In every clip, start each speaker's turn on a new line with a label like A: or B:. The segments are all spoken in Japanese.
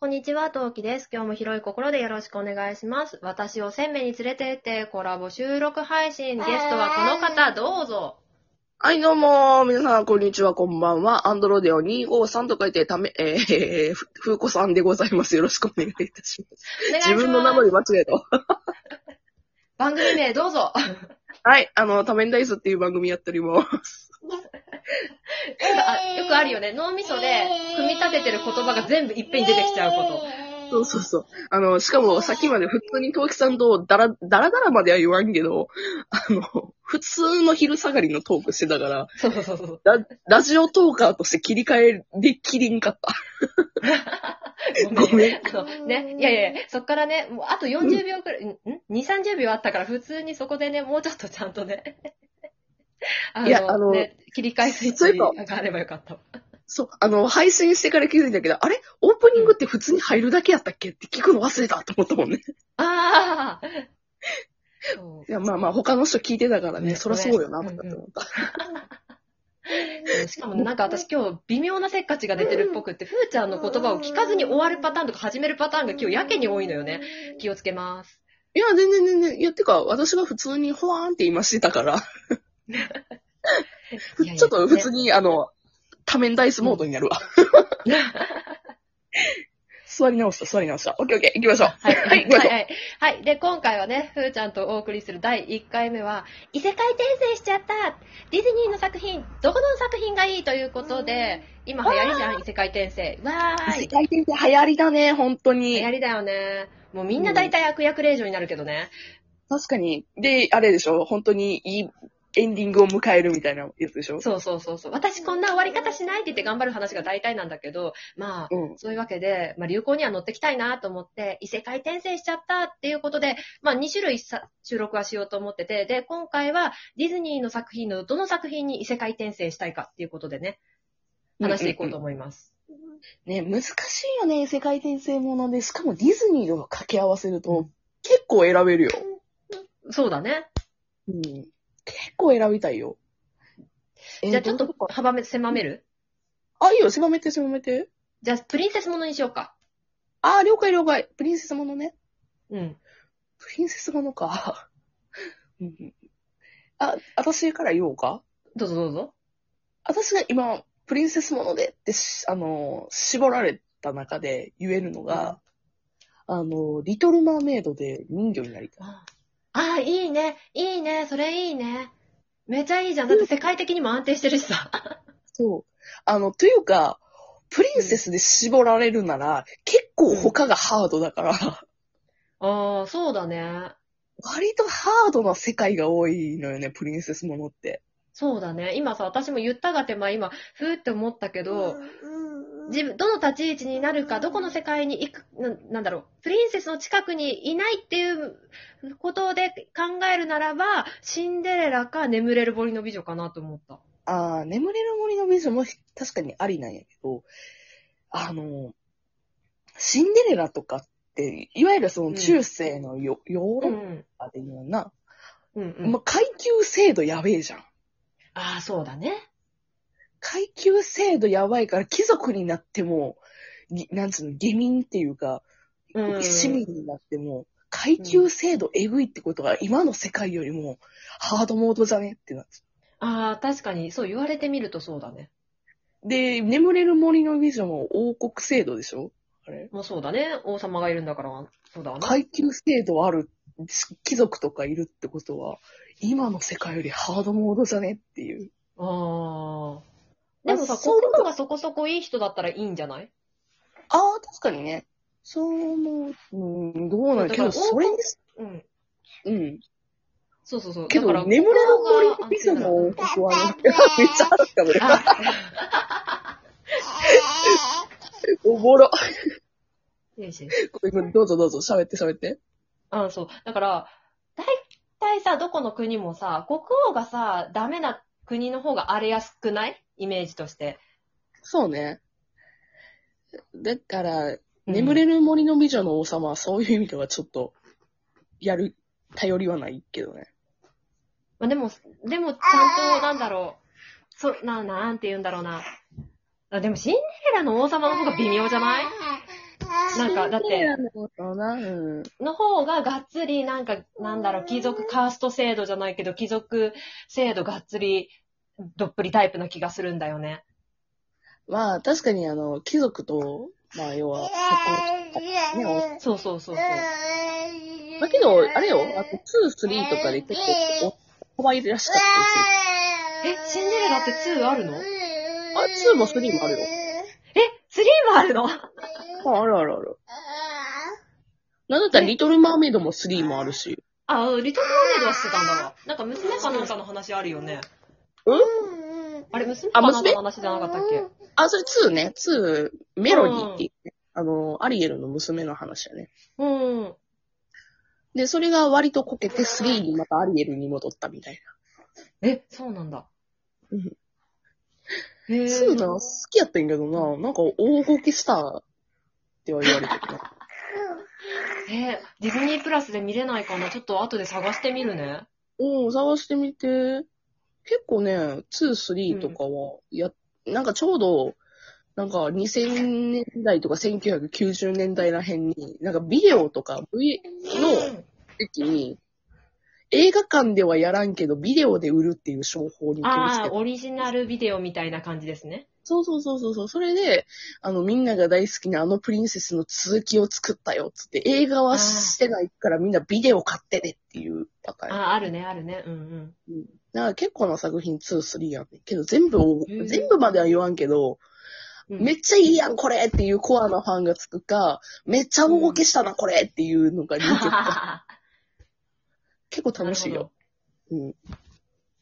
A: こんにちは、トウキです。今日も広い心でよろしくお願いします。私を鮮明に連れてって、コラボ収録配信。ゲストはこの方、どうぞ。
B: はい、どうも、皆さん、こんにちは、こんばんは。アンドロデオ253と書いて、ため、えー、ふ、ふうこさんでございます。よろしくお願いいたします。
A: お願いします。
B: 自分の名乗り間違えた。
A: 番組名どうぞ。
B: はい、あの、多面ダイスっていう番組やっております。
A: あよくあるよね。脳みそで組み立ててる言葉が全部いっぺんに出てきちゃうこと。
B: そうそうそう。あの、しかも、さっきまで普通にト木さんとダラ、ダラダラまでは言わんけど、あの、普通の昼下がりのトークしてたから、
A: そうそうそう。
B: ラ、ラジオトーカーとして切り替えできりんかった。
A: ご
B: ご
A: め
B: め
A: ん。あの、ね、いやいやいや、そっからね、もうあと40秒くらい、んん ?2、30秒あったから、普通にそこでね、もうちょっとちゃんとね。あ
B: いやあの
A: ね、切り替えスイッ
B: そうい
A: チ
B: えば
A: があればよかった。
B: そう、あの、配信してから気づいたけど、あれオープニングって普通に入るだけやったっけって聞くの忘れたと思ったもんね。
A: ああそう
B: いや、まあまあ、他の人聞いてたからね、
A: ね
B: そりゃそうよな、とかって
A: うんうん
B: 思った。
A: しかもねなんか私今日微妙なせっかちが出てるっぽくって、ふーちゃんの言葉を聞かずに終わるパターンとか始めるパターンが今日やけに多いのよね。気をつけます。
B: いや、全然全然。いや、てか、私が普通にほわーんって今して たから、
A: いやいや
B: ちょっと普通に、あの、多面ダイスモードになるわ。座り直した、座り直した。オッケーオッケー、行きましょう。
A: はい、は、
B: はいい
A: はいはい。はい。で、今回はね、ふーちゃんとお送りする第1回目は、異世界転生しちゃったディズニーの作品、どこの作品がいいということで、今流行りじゃん、異世界転生。わー
B: 世
A: い。
B: 界転生流行りだね、本当
A: 流
B: に
A: 行。りだよね。もうみんな大体悪役令嬢になるけどね。
B: 確かに。で、あれでしょ本当にいいエンディングを迎えるみたいなやつでしょ
A: そうそうそうそう。私こんな終わり方しないって言って頑張る話が大体なんだけど、まあ、
B: うん。
A: そういうわけで、まあ、流行には乗ってきたいなと思って、異世界転生しちゃったっていうことで、まあ、2種類さ収録はしようと思ってて、で、今回はディズニーの作品のどの作品に異世界転生したいかっていうことでね、話していこうと思います。
B: ね、難しいよね、世界転生もので。しかもディズニーと掛け合わせると、結構選べるよ。
A: そうだね。
B: うん。結構選びたいよ。
A: じゃあちょっと
B: えーどうしようか
A: 幅め、狭める
B: あ、いいよ、狭めて狭めて。
A: じゃあ、プリンセスものにしようか。
B: あー、了解了解。プリンセスものね。
A: うん。
B: プリンセスものか。うん。あ、私から言おうか
A: どうぞどうぞ。
B: 私が今、プリンセスものでってし、あのー、絞られた中で言えるのが、あのー、リトルマーメイドで人魚になりたい。
A: ああ、いいね。いいね。それいいね。めちゃいいじゃん。だって世界的にも安定してるし さ。
B: そう。あの、というか、プリンセスで絞られるなら、結構他がハードだから、
A: ああ、そうだね。
B: 割とハードな世界が多いのよね、プリンセスものって。
A: そうだね。今さ、私も言ったがて、まあ今、ふーって思ったけど、
B: じ
A: 自分、どの立ち位置になるか、どこの世界に行く、ななんだろう、プリンセスの近くにいないっていうことで考えるならば、シンデレラか眠れる森の美女かなと思った。
B: あー眠れる森の美女も確かにありなんやけど、あの、シンデレラとかって、いわゆるその中世のヨ,、ヨー
A: う
B: ロッ
A: ん。
B: パでいうな、
A: うん、うん。
B: まあ、階級制度やべえじゃん。
A: ああ、そうだね。
B: 階級制度やばいから、貴族になっても、ぎなんつうの、下民っていうか、
A: うん。
B: 市民になっても、階級制度えぐいってことが今の世界よりもハードモードじゃねってなって。
A: ああ、確かに、そう言われてみるとそうだね。
B: で、眠れる森の美女も王国制度でしょあれ
A: もうそうだね。王様がいるんだから、そうだわね。
B: 階級制度ある貴族とかいるってことは、今の世界よりハードモードじゃねっていう。
A: ああ。でも
B: ま
A: さ、
B: あそう
A: 心がそこそこいい人だったらいいんじゃない
B: ああ、確かにね。そう思う。うん、どうなんだけ
A: だ
B: ど、
A: から王国
B: それに、
A: うん。
B: うん。
A: そうそうそう。
B: け
A: だ
B: ど
A: か、ら
B: 眠れる森の美女の王国はね、めっちゃあったもんね。 おもろ。
A: よし
B: どうぞどうぞ、喋って喋って。
A: うん、そう。だから、大体さ、どこの国もさ、国王がさ、ダメな国の方が荒れやすくないイメージとして。
B: そうね。だから、
A: うん
B: 眠れる森の美女の王様はそういう意味ではちょっと、やる、頼りはないけどね。
A: まあ、でも、でも、ちゃんと、なんだろう。そう、な、なんて言うんだろうな。あでも、シンデレラの王様の方が微妙じゃないなんか、だっ
B: シンデ
A: て、
B: レラのことな、うん。
A: の方ががっつり、なんか、なんだろう、貴族カースト制度じゃないけど、貴族制度がっつり、どっぷりタイプな気がするんだよね。
B: まあ、確かに、あの、貴族と、まあ、要は、
C: ね、
A: そうそうそうそう。
C: お
B: だ
C: だ
B: け
C: け
B: ど
C: ど、、
B: あ
C: あ
B: れ
C: れ
B: よ
C: よ、
B: あ
C: あ
B: と
C: と、、
B: 2、3とかで結構、お、おばいらっしゃったりする。
A: え、シン
C: え
A: デレラって2あるのえ、
C: あ、2も3もあるよ。
A: 3もあるの
B: あ、あるあるある。なんだったら、リトルマーメイドも3もあるし。
A: あ、リトルマーメイドはしてたんだわ。なんか娘かなんかの話あるよね。あれ、娘かなんかの話じゃなかったっけ
B: あ、それ2ね。2、メロディって言って、あの、アリエルの娘の話だね。
A: うん。
B: で、それが割とこけて3にまたアリエルに戻ったみたい
A: え、そうなんだ。
B: う
A: へ
B: んな。
A: ー
B: 2な、好きやったんやけどな、なんか大こけしたっては言われてる な。
A: えーディズニープラスで見れないかなちょっと後で探してみるね。
B: うん、探してみて。結構ね、2、3とかは、や、なんかちょうど、なんか2000年代とか1990年代ら辺に、なんかビデオとか V の時に、映画館ではやらんけど、ビデオで売るっていう商法に取り付
A: ああ、
B: けた。
A: オリジナルビデオみたいな感じですね。
B: そうそうそうそうそう。それで、あの、みんなが大好きなあのプリンセスの続きを作ったよ、つって。映画はしてないからみんなビデオ買ってねっていうパターン。
A: ああ、あるね、あるね。うんう ん。
B: だから結構な作品2、3やんねんけど、全部を、
A: うん
B: 全部までは言わんけど、
A: うん
B: めっちゃいいやん、これっていうコアなファンがつくか、めっちゃ大ごけしたな、これっていうのが見て た結構楽しいよ。。うん。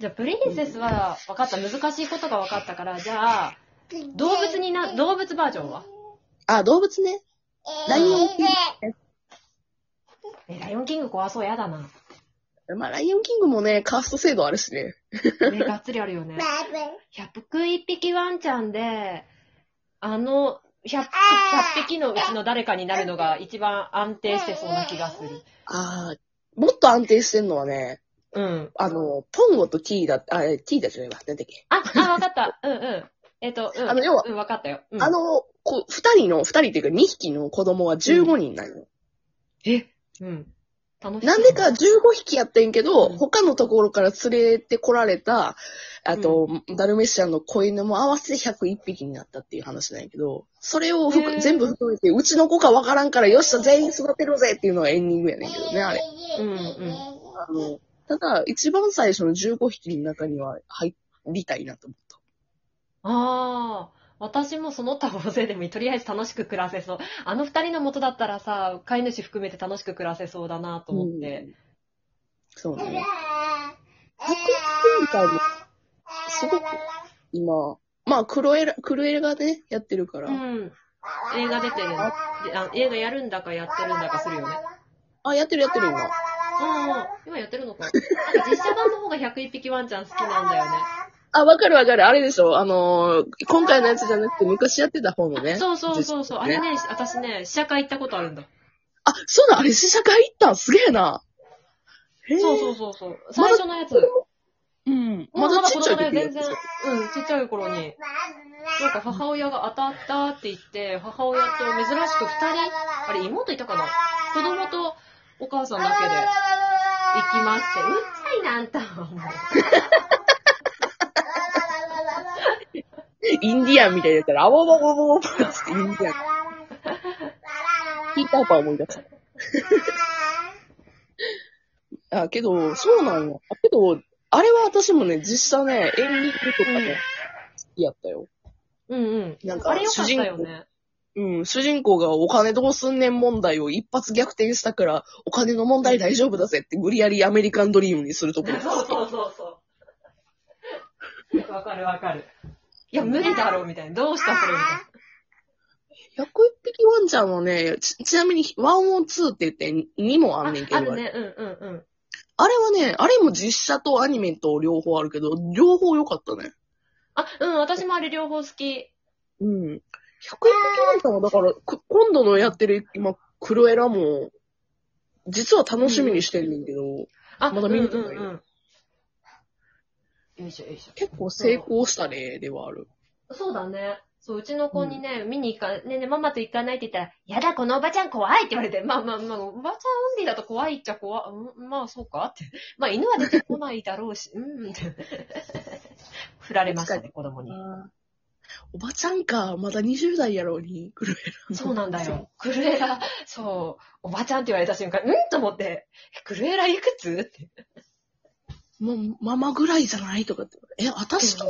A: じゃあ、プリンセスは分かった。難しいことが分かったから、じゃあ、動
C: 動
A: 物
C: 物
A: に
C: に
A: な、
C: な、
A: 動物バージョンは
B: あ、動物ね。
C: ライオンキング
A: え、ライオンキング怖そう、やだ な。
B: まあ、ライオンキングもね、カースト制度あるしね。
A: ね、がっつりあるよね。101匹ワンちゃんで、あの、100, 100匹のうちの誰かになるのが一番安定してそうな気がする。
B: ああ、もっと安定してんのはね、
A: うん。
B: あの、ポンゴとティーダ、あ、ティーダじゃないわ、なんだっけ。
A: あ、あ、わかった。うんうん。えっと、うん。
B: あの要は
A: うん、わかったよ。うん
B: あ、の、こう二人の、二人っていうか二匹の子供は15人なんよ。
A: え、うん。楽しい。
B: なんでか、15匹やってんけど、
A: うん
B: 他のところから連れてこられた、あと、ダルメシアンの子犬も合わせて101匹になったっていう話なんやけど、それを含
A: へー
B: 全部含めて、うちの子かわからんから、よっしゃ、全員育てろぜっていうのがエンディングやねん
C: だ
B: け
C: けど
B: どね、
C: ね、
B: あ
C: あ
B: れ
C: れ。。
A: うん
B: あの、ただ、一番最初の15匹の中には入りたいなと思った。
A: ああ、私もその他大勢でもいい。とりあえず楽しく暮らせそう。あの二人の元だったらさ、飼い主含めて楽しく暮らせそうだなと思って。
B: うんそうね。
C: 100みたいな。すごく。
B: 今、まあ、クロエラ、クロエラがね、やってるから、
A: うん。
C: 映画出てるよね。
A: で
C: で
A: あ
C: あ
A: 映
C: 映
A: 画
C: 画
A: やるんだかやってるんだかするよね。
B: あ、やってるやってる
A: う
B: 今。
A: んうん。今やってるのか。なんか実写版の方が101匹ワンちゃん好きなんだよ
B: あ、わかるわかる。あれでしょあのー今回のやつじゃなくて昔やってた方のね。
A: ね。そうそうそうそう。あれね、私ね、試写会行ったことあるんだ。
B: あ、そうだ、あれ試写会行ったんすげえな。へえ。
A: そうそうそうそう。最初のやつ。
B: うん。
A: も
B: ま
A: うな
B: だ
A: んか
B: ち
A: 子
B: っちゃ
A: 供
B: い
A: ね、全
B: 時
A: 然、うん、ちっちゃい頃に、なんか母親が当たったって言って、母親と珍しく二人、あれ妹いたかな子供とお母さんだけで行きまして、うっちゃいなんた。
B: インディアンみたいなやったら、あわわわわわわわってインディアン。ピーターパ ー思い出した。あ、けど、そうなんや。あけど、あれは私もね、実写ね、エンディングとかね、好きやったよ。
A: うんうん。
B: なんか
A: あれよかった
B: 主
A: よ
B: 人
A: ね。
B: うん、主人公がお金どうすんねん問題を一発逆転したから、お金の問題大丈夫だぜって無理やりアメリカンドリームにするところ。
A: そうそうそうそう。わかるわかる。いや、無理だろうみたいな。どうしたそれみたいな。
B: 101匹ワンちゃんはね、ち、ちなみに、ワンオンツーって言って2もあんねんけど、
A: あ
B: あ
A: るね、うんうんうん。
B: れはね、あれも実写とアニメと両方あるけど、両方良かったね。
A: あ、うん、私もあれ両方好き。
B: うん。101匹ワンちゃんはだから、く今度のやってる今、クロエラも、実は楽しみにしてんねんけど、
A: あ、
B: まだ見れてな
A: う
B: いよ
A: んうんうんよいしょよいしょ。
B: 結構成功した例ではある。
A: そうだね。そう、うちの子にね、見に行か、ねえねえママと行かないって言ったら、やだ、このおばちゃん怖いって言わ れて、まあまあまあ、おばちゃんオンリーだと怖いっちゃ怖い、うん、まあそうかって。まあ犬は出てこないだろう し、うん、って。振られましたね、子供に。
B: おばちゃんか、まだ20代やろうに、くるえら。
A: そうなんだよ。クルエラ、そう、おばちゃんって言われた瞬間、うんと思って、えクルエラいくつって。
B: もう、ママぐらいじゃないとかって。え、私と、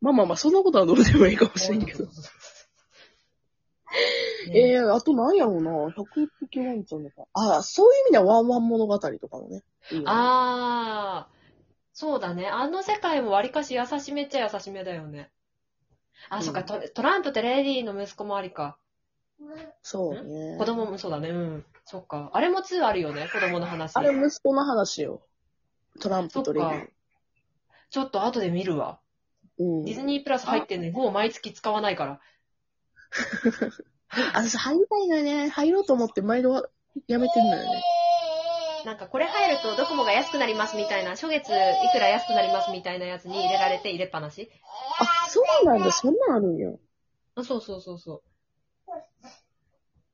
B: まあまあまあ、そんなことはどうでもいいかも しれんけど。
A: ね
B: えー、あとなんやろうな、101匹ワンちゃんとか。ああ、そういう意味ではワンワン物語とかもね。いいよね
A: ああ、そうだね。あの世界もわりかし優しめっちゃ優しめだよね。あ、そっか、トトランプってレディーの息子もありか。
B: そうね。
A: 子供もそうだね。うん。そっか。あれも2あるよね、子供の話。
B: あれ、息子の話よ。トランプとレディ
A: そっかちょっと後で見るわ。
B: うん
A: ディズニープラス入ってんね。5を毎月使わないから。
B: あ、私入りたいのよね。入ろうと思って毎度やめてんのよね。
A: なんかこれ入るとドコモが安くなりますみたいな、初月いくら安くなりますみたいなやつに入れられて入れっぱなし。
B: あ、そうなんだ。そんなんあるんよ。
A: あそうそうそうそう。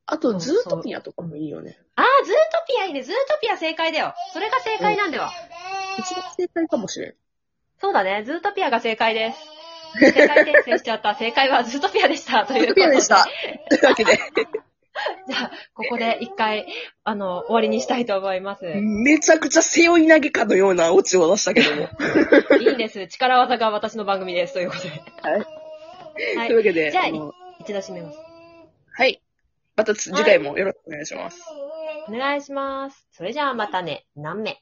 B: あと、ズートピアとかもいいよね。
A: あー、ズートピアいいね。ズートピア正解だよ。それが正解なんでは。
B: 一番正解かもしれん。
A: そうだね。ズートピアが正解 です。正解転生しちゃった。正解はズートピアで した。と
B: ズ
A: いう
B: ー
A: こと
B: トピ
A: で。
B: アでした。というわけで、
A: じゃあ、ここで一回、あの、終わりにしたいと思います。い
B: めちゃくちゃ背負い投げかのようなオチを出したけども。
A: いんです。力技が私の番組です。ということで。は
B: という
A: い。
B: わけで、
A: じゃあ
B: の
A: 一度締めます。
B: はい。また次回もよろしくお願いします。
A: お願いします。それじゃあまたね。何名